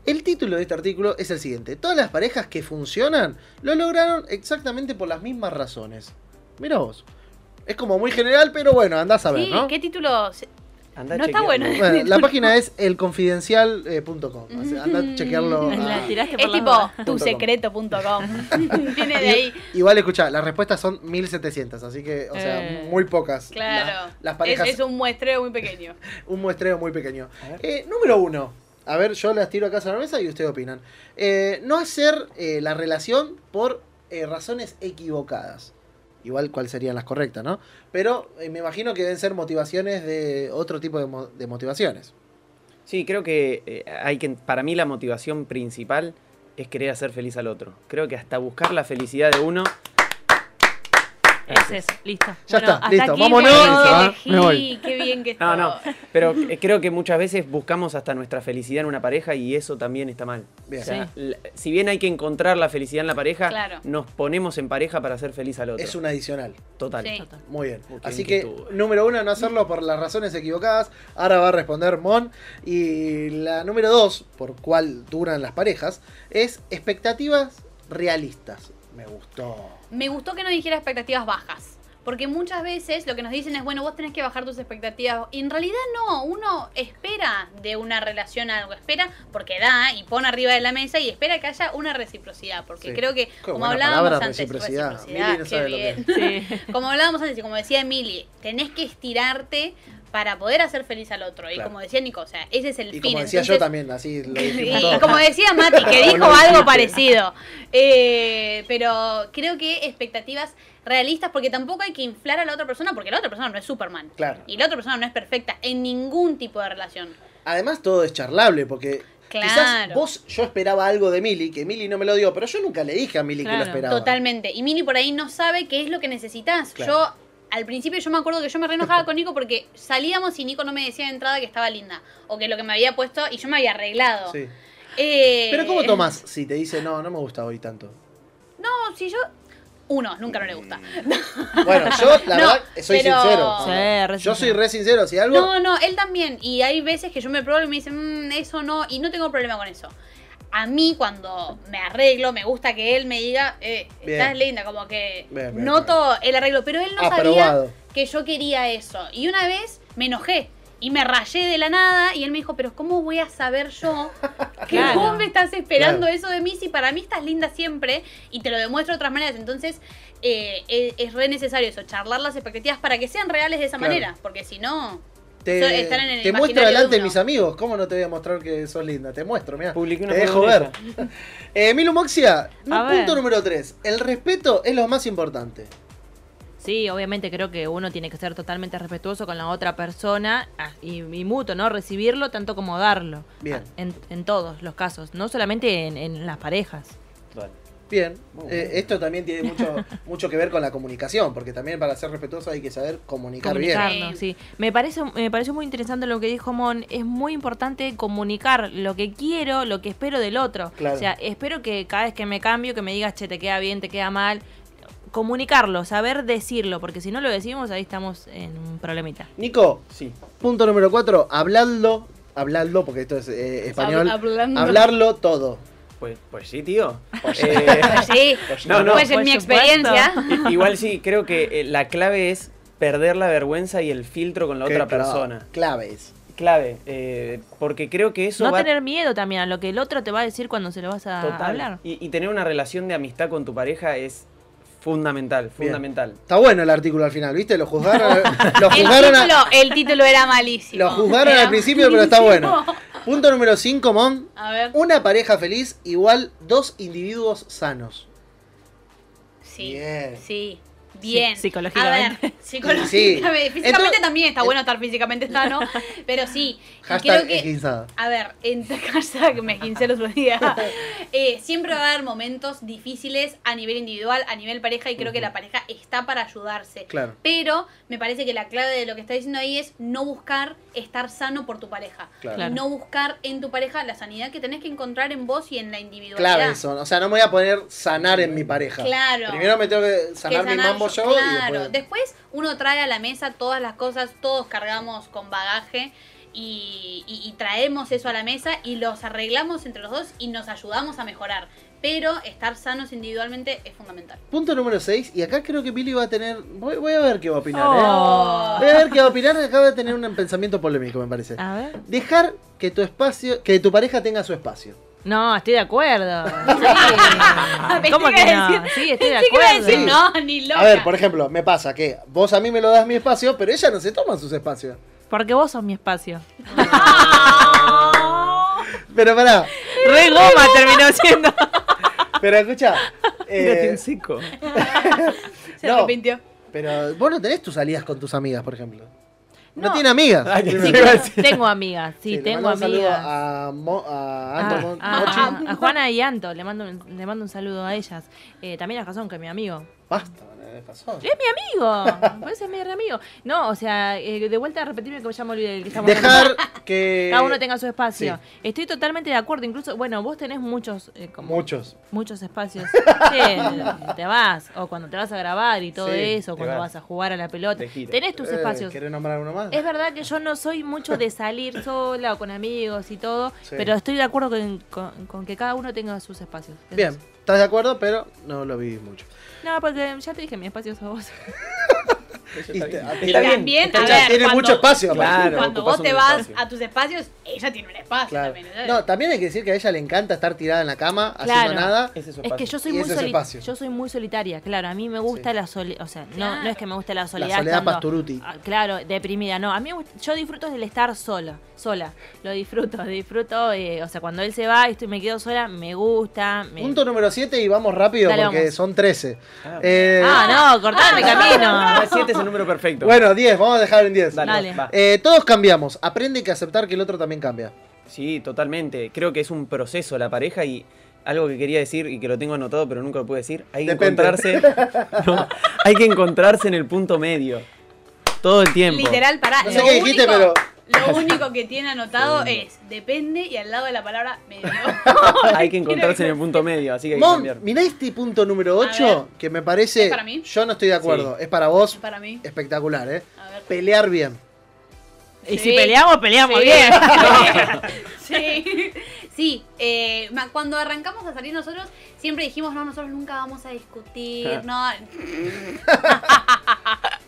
[SPEAKER 1] El título de este artículo es el siguiente: Todas las parejas que funcionan lo lograron exactamente por las mismas razones. Mira vos. Es como muy general, pero bueno, andás a ver,
[SPEAKER 3] Sí,
[SPEAKER 1] ¿no?
[SPEAKER 3] ¿qué título? Se-
[SPEAKER 5] Andá
[SPEAKER 3] No está
[SPEAKER 5] chequeando.
[SPEAKER 3] bueno.
[SPEAKER 1] Bueno, la página es eh, elconfidencial.com. Andá a chequearlo. Ah.
[SPEAKER 3] Mm.
[SPEAKER 1] a-
[SPEAKER 2] La tiraste por
[SPEAKER 3] Es
[SPEAKER 2] las
[SPEAKER 3] tipo
[SPEAKER 2] dudas.
[SPEAKER 3] tusecreto.com. Viene de ahí.
[SPEAKER 1] Igual escuchá, las respuestas son 1700, así que, o sea,
[SPEAKER 2] Eh.
[SPEAKER 1] muy pocas.
[SPEAKER 3] Claro.
[SPEAKER 1] La- las parejas,
[SPEAKER 3] es, es un muestreo muy pequeño.
[SPEAKER 1] un muestreo muy pequeño.
[SPEAKER 5] A ver.
[SPEAKER 1] Eh, número uno. A ver, yo las tiro acá sobre la mesa y ustedes opinan. Eh, no hacer eh, la relación por eh, razones equivocadas. Igual cuáles serían las correctas, ¿no? Pero eh, me imagino que deben ser motivaciones de otro tipo de, mo- de motivaciones.
[SPEAKER 5] Sí, creo que eh, hay que. Para mí la motivación principal es querer hacer feliz al otro. Creo que hasta buscar la felicidad de uno.
[SPEAKER 2] Es eso, listo.
[SPEAKER 1] Ya
[SPEAKER 2] Bueno,
[SPEAKER 1] está,
[SPEAKER 2] hasta
[SPEAKER 1] listo,
[SPEAKER 2] aquí
[SPEAKER 1] vámonos.
[SPEAKER 2] llegó-
[SPEAKER 1] Listo, ah,
[SPEAKER 3] elegí,
[SPEAKER 1] me voy.
[SPEAKER 3] qué bien que está.
[SPEAKER 5] No, no. Pero eh, creo que muchas veces buscamos hasta nuestra felicidad en una pareja y eso también está mal.
[SPEAKER 1] Bien.
[SPEAKER 5] O sea, la- si bien hay que encontrar la felicidad en la pareja,
[SPEAKER 3] Claro.
[SPEAKER 5] nos ponemos en pareja para ser feliz al otro.
[SPEAKER 1] Es un adicional.
[SPEAKER 5] Total.
[SPEAKER 3] Sí.
[SPEAKER 2] Total.
[SPEAKER 1] Muy bien.
[SPEAKER 5] Uy, qué
[SPEAKER 1] Así que,
[SPEAKER 5] inquietud.
[SPEAKER 1] número uno, no hacerlo por las razones equivocadas. Ahora va a responder Mon. Y la número dos, por cuál duran las parejas, es expectativas realistas. Me gustó.
[SPEAKER 3] Me gustó que no dijera expectativas bajas. Porque muchas veces lo que nos dicen es, bueno, vos tenés que bajar tus expectativas. Y en realidad no, uno espera de una relación algo, espera porque da y pone arriba de la mesa y espera que haya una reciprocidad. Porque
[SPEAKER 1] Sí.
[SPEAKER 3] creo que,
[SPEAKER 1] Qué
[SPEAKER 3] como
[SPEAKER 1] buena
[SPEAKER 3] hablábamos
[SPEAKER 1] palabra,
[SPEAKER 3] antes,
[SPEAKER 1] reciprocidad. Mili no
[SPEAKER 3] ah, qué
[SPEAKER 1] sabe lo que
[SPEAKER 3] bien.
[SPEAKER 1] es.
[SPEAKER 2] Sí.
[SPEAKER 3] Como hablábamos antes y como decía Emily, tenés que estirarte para poder hacer feliz al otro. Y
[SPEAKER 1] Claro.
[SPEAKER 3] como decía Nico, o sea, ese es el
[SPEAKER 1] Y
[SPEAKER 3] fin.
[SPEAKER 1] como decía yo
[SPEAKER 3] Entonces,
[SPEAKER 1] también, así lo
[SPEAKER 3] y,
[SPEAKER 1] dijimos
[SPEAKER 3] y
[SPEAKER 1] todos.
[SPEAKER 3] como decía Mati, que
[SPEAKER 1] O
[SPEAKER 3] dijo
[SPEAKER 1] no
[SPEAKER 3] algo
[SPEAKER 1] existe.
[SPEAKER 3] parecido. Eh, pero creo que expectativas realistas, porque tampoco hay que inflar a la otra persona, porque la otra persona no es Superman.
[SPEAKER 1] Claro.
[SPEAKER 3] Y la otra persona no es perfecta en ningún tipo de relación.
[SPEAKER 1] Además, todo es charlable, porque quizás
[SPEAKER 3] Claro.
[SPEAKER 1] vos, yo esperaba algo de Mili, que Mili no me lo dio, pero yo nunca le dije a Mili que
[SPEAKER 2] Claro.
[SPEAKER 1] lo esperaba.
[SPEAKER 3] Totalmente. Y Mili por ahí no sabe qué es lo que necesitas.
[SPEAKER 1] Claro.
[SPEAKER 3] Yo, al principio, yo me acuerdo que yo me reenojaba con Nico porque salíamos y Nico no me decía de entrada que estaba linda. O que lo que me había puesto y yo me había arreglado.
[SPEAKER 1] Sí.
[SPEAKER 3] Eh,
[SPEAKER 1] Pero ¿cómo tomás si te dice, no, no me gusta hoy tanto?
[SPEAKER 3] No, si yo. Uno, nunca no le gusta.
[SPEAKER 1] Bueno, yo la
[SPEAKER 3] No,
[SPEAKER 1] verdad soy
[SPEAKER 3] pero-
[SPEAKER 1] sincero.
[SPEAKER 2] Sí,
[SPEAKER 1] yo
[SPEAKER 2] re sincero.
[SPEAKER 1] soy re sincero, si algo...
[SPEAKER 3] No, no, él también. Y hay veces que yo me pruebo y me dicen, "Mm, eso no, y no tengo problema con eso. A mí cuando me arreglo, me gusta que él me diga, eh,
[SPEAKER 1] Bien.
[SPEAKER 3] estás linda, como que
[SPEAKER 1] Bien, bien,
[SPEAKER 3] noto el arreglo, pero él no
[SPEAKER 1] Aprobado.
[SPEAKER 3] sabía que yo quería eso. Y una vez me enojé y me rayé de la nada y él me dijo, pero ¿cómo voy a saber yo que
[SPEAKER 2] Claro.
[SPEAKER 3] vos me estás esperando
[SPEAKER 1] Claro.
[SPEAKER 3] eso de mí si para mí estás linda siempre y te lo demuestro de otras maneras? Entonces eh, es, es re necesario eso, charlar las expectativas para que sean reales de esa
[SPEAKER 1] Claro.
[SPEAKER 3] manera, porque si no... So-
[SPEAKER 1] Te,
[SPEAKER 3] están en el
[SPEAKER 1] te
[SPEAKER 3] imaginario
[SPEAKER 1] muestro
[SPEAKER 3] de
[SPEAKER 1] delante de
[SPEAKER 3] uno.
[SPEAKER 1] mis amigos. ¿Cómo no te voy a mostrar que sos linda? Te muestro, mira.
[SPEAKER 5] Publiqué una
[SPEAKER 1] Te dejo ver.
[SPEAKER 5] fotografía.
[SPEAKER 1] Eh, Milu Moxia,
[SPEAKER 2] A ver.
[SPEAKER 1] punto número 3. El respeto es lo más importante.
[SPEAKER 2] Sí, obviamente creo que uno tiene que ser totalmente respetuoso con la otra persona ah, y, y mutuo, ¿no? Recibirlo tanto como darlo.
[SPEAKER 1] Bien.
[SPEAKER 2] Ah, En, en todos los casos, no solamente en, en las parejas.
[SPEAKER 5] Bueno.
[SPEAKER 1] Bien.
[SPEAKER 5] Muy
[SPEAKER 1] Eh,
[SPEAKER 5] bien.
[SPEAKER 1] esto también tiene mucho, mucho que ver con la comunicación, porque también para ser respetuoso hay que saber comunicar, bien.
[SPEAKER 2] Comunicarnos, sí. Me parece, me pareció muy interesante lo que dijo Mon. Es muy importante comunicar lo que quiero, lo que espero del otro.
[SPEAKER 1] Claro.
[SPEAKER 2] O sea, espero que cada vez que me cambio, que me digas, che, te queda bien, te queda mal. Comunicarlo, saber decirlo, porque si no lo decimos, ahí estamos en un problemita.
[SPEAKER 1] Nico,
[SPEAKER 5] Sí.
[SPEAKER 1] punto número 4. Hablarlo. Hablarlo, porque esto es eh, español.
[SPEAKER 3] Hablando.
[SPEAKER 1] Hablarlo todo.
[SPEAKER 5] Pues, pues sí, tío. Eh,
[SPEAKER 3] Pues Sí,
[SPEAKER 5] no, no.
[SPEAKER 3] pues en
[SPEAKER 2] Por
[SPEAKER 3] mi
[SPEAKER 2] supuesto.
[SPEAKER 3] experiencia.
[SPEAKER 5] I- Igual sí, creo que eh, la clave es perder la vergüenza y el filtro con la
[SPEAKER 1] Qué
[SPEAKER 5] otra
[SPEAKER 1] clave-
[SPEAKER 5] persona.
[SPEAKER 1] Claves.
[SPEAKER 5] Clave, eh, porque creo que eso
[SPEAKER 2] no
[SPEAKER 5] va
[SPEAKER 2] tener miedo también a lo que el otro te va a decir cuando se lo vas a
[SPEAKER 5] total.
[SPEAKER 2] hablar.
[SPEAKER 5] Y, y tener una relación de amistad con tu pareja es fundamental, fundamental.
[SPEAKER 1] Está bueno el artículo al final, ¿viste? Lo juzgaron, lo
[SPEAKER 3] El
[SPEAKER 1] juzgaron, a-
[SPEAKER 3] título, el título era malísimo.
[SPEAKER 1] lo juzgaron
[SPEAKER 3] Era
[SPEAKER 1] al principio, pero está bueno.
[SPEAKER 3] malísimo.
[SPEAKER 1] Punto número 5, Mon.
[SPEAKER 3] A ver,
[SPEAKER 1] Una pareja feliz igual dos individuos sanos.
[SPEAKER 3] sí.
[SPEAKER 1] Bien.
[SPEAKER 3] Sí. Bien.
[SPEAKER 2] Sí, psicológicamente.
[SPEAKER 3] A ver, psicológicamente.
[SPEAKER 1] Sí.
[SPEAKER 3] Físicamente
[SPEAKER 1] Entonces- eh,
[SPEAKER 3] también está bueno estar físicamente sano, pero sí. y
[SPEAKER 1] Hashtag
[SPEAKER 3] creo que,
[SPEAKER 1] esguinzada.
[SPEAKER 3] a ver, en casa que me esquincé el otro día, eh, siempre va a haber momentos difíciles a nivel individual, a nivel pareja, y creo que la pareja está para ayudarse.
[SPEAKER 1] Claro.
[SPEAKER 3] Pero me parece que la clave de lo que está diciendo ahí es no buscar estar sano por tu pareja.
[SPEAKER 1] Claro.
[SPEAKER 2] Claro.
[SPEAKER 3] No buscar en tu pareja la sanidad que tenés que encontrar en vos y en la individualidad.
[SPEAKER 1] Clave eso. O sea, no me voy a poner sanar en mi pareja.
[SPEAKER 3] Claro.
[SPEAKER 1] Primero me tengo que
[SPEAKER 3] Que
[SPEAKER 1] sanar, mi
[SPEAKER 3] sanar
[SPEAKER 1] mambo yo
[SPEAKER 3] Claro.
[SPEAKER 1] y después...
[SPEAKER 3] después... uno trae a la mesa todas las cosas, todos cargamos con bagaje y, y- y traemos eso a la mesa y los arreglamos entre los dos y nos ayudamos a mejorar. Pero estar sanos individualmente es fundamental.
[SPEAKER 1] Punto número 6. Y acá creo que Billy va a tener... Voy, voy a ver qué va a opinar,
[SPEAKER 2] Oh.
[SPEAKER 1] ¿eh? Voy a ver qué va a opinar. Acá va a tener un pensamiento polémico, me parece.
[SPEAKER 3] Ah.
[SPEAKER 2] A ver.
[SPEAKER 1] Dejar que tu espacio... Que tu pareja tenga su espacio.
[SPEAKER 2] No, estoy de acuerdo. Sí. Ah, ¿Cómo
[SPEAKER 3] Pensé
[SPEAKER 2] que
[SPEAKER 3] iba a
[SPEAKER 2] no?
[SPEAKER 3] decir-
[SPEAKER 2] Sí, estoy de
[SPEAKER 3] Sí, que iba a
[SPEAKER 2] acuerdo.
[SPEAKER 3] decir, no, ni loca.
[SPEAKER 1] A ver, por ejemplo, me pasa que vos a mí me lo das mi espacio, pero ella no se toma sus espacios.
[SPEAKER 2] Porque vos sos mi espacio.
[SPEAKER 1] Pero pará,
[SPEAKER 2] Re goma terminó siendo.
[SPEAKER 1] pero escucha.
[SPEAKER 5] Mírate en
[SPEAKER 1] Eh,
[SPEAKER 5] seco.
[SPEAKER 3] Se
[SPEAKER 1] no,
[SPEAKER 3] arrepintió.
[SPEAKER 1] pero vos no tenés tus salidas con tus amigas, por ejemplo. No,
[SPEAKER 2] No.
[SPEAKER 1] tiene amigas.
[SPEAKER 5] Ay,
[SPEAKER 1] Primero.
[SPEAKER 5] sí, iba a decir.
[SPEAKER 2] Tengo amigas, sí,
[SPEAKER 1] Sí, le
[SPEAKER 2] tengo
[SPEAKER 1] mando un saludo
[SPEAKER 2] amigas.
[SPEAKER 1] A, Mo- a
[SPEAKER 2] Ah,
[SPEAKER 1] Anto Mon-
[SPEAKER 2] a-
[SPEAKER 1] Mochi.
[SPEAKER 2] a Juana y Anto, le mando, un- le mando un saludo a ellas. Eh, también a Jason, que es mi amigo.
[SPEAKER 1] Basta, ¿qué pasó?
[SPEAKER 2] ¡Amigo! Parece mi re amigo. No, o sea, eh, de vuelta a repetirme que ya me olvidé del que estamos hablando.
[SPEAKER 1] Dejar que.
[SPEAKER 2] Cada uno tenga su espacio. Estoy totalmente de acuerdo. Incluso, bueno, vos tenés muchos, eh, como
[SPEAKER 1] Muchos.
[SPEAKER 2] muchos espacios. Sí, te vas, o cuando te vas a grabar y todo
[SPEAKER 1] Sí,
[SPEAKER 2] eso,
[SPEAKER 5] te
[SPEAKER 2] cuando vas.
[SPEAKER 5] vas.
[SPEAKER 2] a jugar a la pelota.
[SPEAKER 5] De gira.
[SPEAKER 2] Tenés tus
[SPEAKER 1] Eh,
[SPEAKER 2] espacios.
[SPEAKER 1] ¿Querés nombrar uno más?
[SPEAKER 2] Es verdad que yo no soy mucho de salir sola o con amigos y todo,
[SPEAKER 1] Sí.
[SPEAKER 2] pero estoy de acuerdo con, con- con que cada uno tenga sus espacios. Eso
[SPEAKER 1] Bien,
[SPEAKER 2] sí.
[SPEAKER 1] estás de acuerdo, pero no lo vivís mucho.
[SPEAKER 2] No, porque ya te dije, mi espacio es a vos.
[SPEAKER 1] Y te-
[SPEAKER 3] Y
[SPEAKER 5] Está bien,
[SPEAKER 3] también, a
[SPEAKER 1] Ella
[SPEAKER 3] ver,
[SPEAKER 1] tiene
[SPEAKER 3] cuando-
[SPEAKER 1] mucho espacio. pues. aparte.
[SPEAKER 5] Claro.
[SPEAKER 3] Cuando
[SPEAKER 5] ocupás
[SPEAKER 3] vos te
[SPEAKER 5] un
[SPEAKER 3] vas
[SPEAKER 5] espacio.
[SPEAKER 3] a tus espacios, ella tiene un espacio
[SPEAKER 1] Claro.
[SPEAKER 3] también. ella-
[SPEAKER 1] No, también hay que decir que a ella le encanta estar tirada en la cama,
[SPEAKER 2] eh. Claro.
[SPEAKER 1] haciendo nada.
[SPEAKER 5] Ese es
[SPEAKER 2] Es
[SPEAKER 5] su
[SPEAKER 2] que
[SPEAKER 5] espacio.
[SPEAKER 2] yo soy,
[SPEAKER 1] Y
[SPEAKER 2] muy
[SPEAKER 1] ese es
[SPEAKER 2] soli-
[SPEAKER 1] espacio.
[SPEAKER 2] yo soy muy solitaria, claro. A mí me gusta
[SPEAKER 1] Sí.
[SPEAKER 2] la soledad. O sea, no,
[SPEAKER 3] Claro.
[SPEAKER 2] no es que me guste la soledad.
[SPEAKER 1] soledad
[SPEAKER 2] estando-
[SPEAKER 1] Pasturuti.
[SPEAKER 2] Ah, claro, deprimida. No, a mí me gust- yo disfruto del estar sola. Sola. Lo disfruto, disfruto. eh, o sea, cuando él se va y estoy, me quedo sola, me gusta. me-
[SPEAKER 1] Punto número 7 y vamos rápido
[SPEAKER 2] Dale,
[SPEAKER 1] porque
[SPEAKER 2] vamos.
[SPEAKER 1] son 13.
[SPEAKER 5] Ah.
[SPEAKER 1] Eh,
[SPEAKER 2] Ah, no, cortame
[SPEAKER 5] Ah,
[SPEAKER 2] camino.
[SPEAKER 5] el 7 es el número perfecto.
[SPEAKER 1] bueno, 10, vamos a dejar en 10.
[SPEAKER 5] dale.
[SPEAKER 2] Dale.
[SPEAKER 5] va.
[SPEAKER 1] Eh, todos cambiamos. Aprende que aceptar que el otro también cambia.
[SPEAKER 5] Sí, totalmente. Creo que es un proceso la pareja y algo que quería decir y que lo tengo anotado pero nunca lo pude decir. Hay que
[SPEAKER 1] Depende.
[SPEAKER 5] encontrarse. No, hay que encontrarse en el punto medio. Todo el tiempo.
[SPEAKER 3] Literal, pará.
[SPEAKER 1] No
[SPEAKER 3] lo
[SPEAKER 1] sé qué dijiste,
[SPEAKER 3] único- Lo único que tiene anotado es depende y al lado de la palabra medio.
[SPEAKER 5] Hay que encontrarse en el punto medio, así que hay que
[SPEAKER 1] Mom,
[SPEAKER 5] cambiar.
[SPEAKER 1] mirá este punto número
[SPEAKER 3] A ver.
[SPEAKER 1] 8 que me parece.
[SPEAKER 3] ¿Es para mí?
[SPEAKER 1] Yo no estoy de acuerdo. Es para vos.
[SPEAKER 3] Para mí.
[SPEAKER 1] Espectacular, ¿eh?
[SPEAKER 3] A ver. pues,
[SPEAKER 1] Pelear bien.
[SPEAKER 2] Y
[SPEAKER 3] Sí.
[SPEAKER 2] si peleamos, peleamos
[SPEAKER 3] Sí.
[SPEAKER 2] bien.
[SPEAKER 3] Sí, sí eh, ma- cuando arrancamos a salir nosotros siempre dijimos, no, nosotros nunca vamos a discutir, no,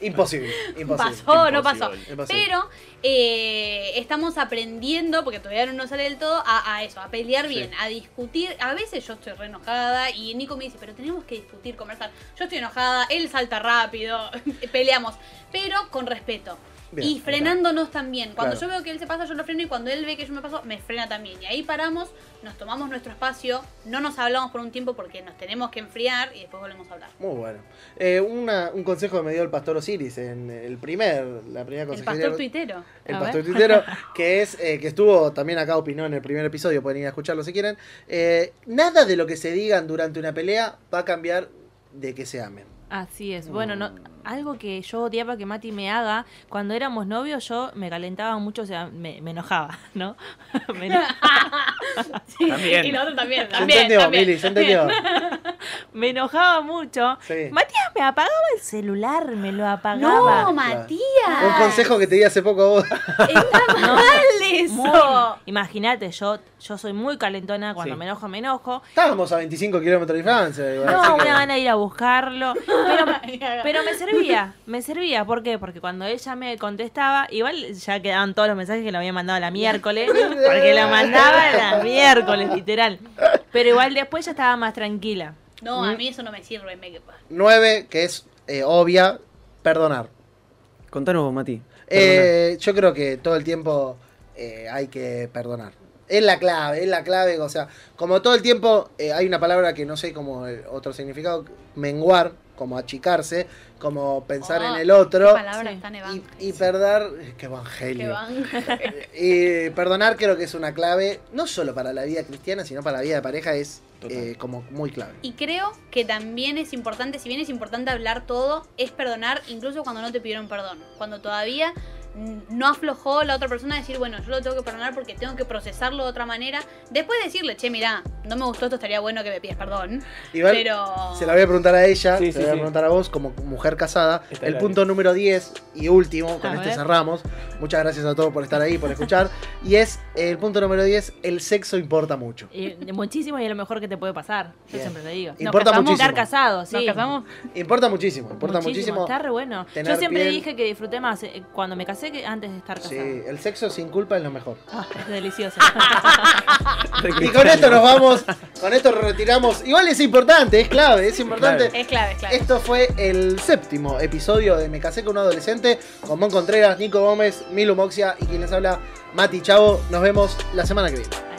[SPEAKER 1] Imposible. Imposible.
[SPEAKER 3] pasó, no pasó.
[SPEAKER 1] Imposible.
[SPEAKER 3] Pero eh, estamos aprendiendo, porque todavía no nos sale del todo, a, a eso, a pelear bien, a discutir. A veces yo estoy re enojada y Nico me dice, pero tenemos que discutir, conversar. Yo estoy enojada, él salta rápido, peleamos, pero con respeto.
[SPEAKER 1] Bien,
[SPEAKER 3] y frenándonos también. Cuando
[SPEAKER 1] Claro.
[SPEAKER 3] yo veo que él se pasa, yo lo freno y cuando él ve que yo me paso, me frena también. Y ahí paramos, nos tomamos nuestro espacio, no nos hablamos por un tiempo porque nos tenemos que enfriar y después volvemos a hablar.
[SPEAKER 1] Muy bueno. Eh, una- un consejo que me dio el pastor Osiris en el primer, la primera
[SPEAKER 3] El
[SPEAKER 1] consejería.
[SPEAKER 3] pastor tuitero.
[SPEAKER 1] el
[SPEAKER 2] A
[SPEAKER 1] pastor
[SPEAKER 2] ver.
[SPEAKER 1] tuitero, que es eh, que estuvo también acá opinó en el primer episodio, pueden ir a escucharlo si quieren. Eh, nada de lo que se digan durante una pelea va a cambiar de que se amen.
[SPEAKER 2] Así es. Bueno, no, algo que yo odiaba que Mati me haga, cuando éramos novios yo me calentaba mucho, o sea, me, me enojaba, ¿no? Me eno-
[SPEAKER 3] Sí,
[SPEAKER 5] También.
[SPEAKER 3] Y lo otro también.
[SPEAKER 1] ¿Se
[SPEAKER 3] también,
[SPEAKER 1] entendió,
[SPEAKER 3] también,
[SPEAKER 1] Mili? ¿Se
[SPEAKER 3] también.
[SPEAKER 1] entendió?
[SPEAKER 2] me enojaba mucho.
[SPEAKER 1] Sí.
[SPEAKER 2] Matías me apagaba el celular, me lo apagaba.
[SPEAKER 3] No, Matías.
[SPEAKER 1] Un consejo que te di hace poco a vos.
[SPEAKER 3] Está mal eso.
[SPEAKER 2] Muy- Imagínate, yo, yo soy muy calentona, cuando
[SPEAKER 5] Sí.
[SPEAKER 2] me enojo, me enojo.
[SPEAKER 1] Estábamos a 25 kilómetros de Francia. igual, así
[SPEAKER 2] No,
[SPEAKER 1] que-
[SPEAKER 2] una gana de ir a buscarlo. Pero,
[SPEAKER 3] Pero
[SPEAKER 2] pero me servía, me servía. ¿Por qué? Porque cuando ella me contestaba, igual ya quedaban todos los mensajes que le había mandado la miércoles. Porque la mandaba la miércoles, literal. Pero igual después ya estaba más tranquila.
[SPEAKER 3] no, a mí eso no me sirve. Me...
[SPEAKER 1] Nueve, que es eh, obvia, perdonar.
[SPEAKER 5] Contanos vos, Mati. Perdona.
[SPEAKER 1] Eh, yo creo que todo el tiempo eh, hay que perdonar. Es la clave, es la clave. O sea, como todo el tiempo eh, hay una palabra que no sé como el otro significado, menguar, como achicarse, como pensar
[SPEAKER 3] Oh,
[SPEAKER 1] en el otro.
[SPEAKER 3] Palabras
[SPEAKER 2] Sí.
[SPEAKER 3] tan
[SPEAKER 1] Y,
[SPEAKER 3] evangélicas.
[SPEAKER 1] y perder, eh, qué
[SPEAKER 3] Que
[SPEAKER 1] evangelio.
[SPEAKER 3] van.
[SPEAKER 1] Y perdonar creo que es una clave, no solo para la vida cristiana, sino para la vida de pareja, es
[SPEAKER 5] Total.
[SPEAKER 1] eh, como muy clave.
[SPEAKER 3] Y creo que también es importante, si bien es importante hablar todo, es perdonar incluso cuando no te pidieron perdón. Cuando todavía mm, no aflojó la otra persona a decir, bueno, yo lo tengo que perdonar porque tengo que procesarlo de otra manera. Después decirle, che, mirá, no me gustó esto, estaría bueno que me pidas perdón.
[SPEAKER 1] Igual,
[SPEAKER 3] pero...
[SPEAKER 1] Se la voy a preguntar a ella,
[SPEAKER 5] Sí,
[SPEAKER 1] se
[SPEAKER 5] sí,
[SPEAKER 1] la voy a
[SPEAKER 5] sí.
[SPEAKER 1] preguntar a vos como mujer casada.
[SPEAKER 5] Está
[SPEAKER 1] el
[SPEAKER 5] claro.
[SPEAKER 1] punto número 10 y último, con
[SPEAKER 2] A
[SPEAKER 1] este
[SPEAKER 2] ver.
[SPEAKER 1] cerramos. Muchas gracias a todos por estar ahí, por escuchar. y es el punto número 10, el sexo importa mucho.
[SPEAKER 2] Y muchísimo y es lo mejor que te puede pasar. Yo
[SPEAKER 1] Bien.
[SPEAKER 2] siempre te digo.
[SPEAKER 1] Importa
[SPEAKER 2] Nos casamos,
[SPEAKER 1] muchísimo.
[SPEAKER 2] estar casados, sí.
[SPEAKER 3] Nos casamos.
[SPEAKER 1] Importa muchísimo, importa muchísimo.
[SPEAKER 2] Está re bueno.
[SPEAKER 1] tener
[SPEAKER 2] Yo siempre
[SPEAKER 1] piel.
[SPEAKER 2] dije que disfruté más eh, cuando me casé que antes de estar casada.
[SPEAKER 1] Sí, el sexo sin culpa es lo mejor.
[SPEAKER 2] Ah, es delicioso.
[SPEAKER 1] ah, Y con esto nos vamos, con esto retiramos. Igual es importante, es clave, es importante.
[SPEAKER 3] Es clave, es clave.
[SPEAKER 1] Esto fue el séptimo episodio de Me casé con un adolescente con Mon Contreras, Nico Gómez, Milu Moxia y quien les habla Mati Chavo. Nos vemos la semana que viene.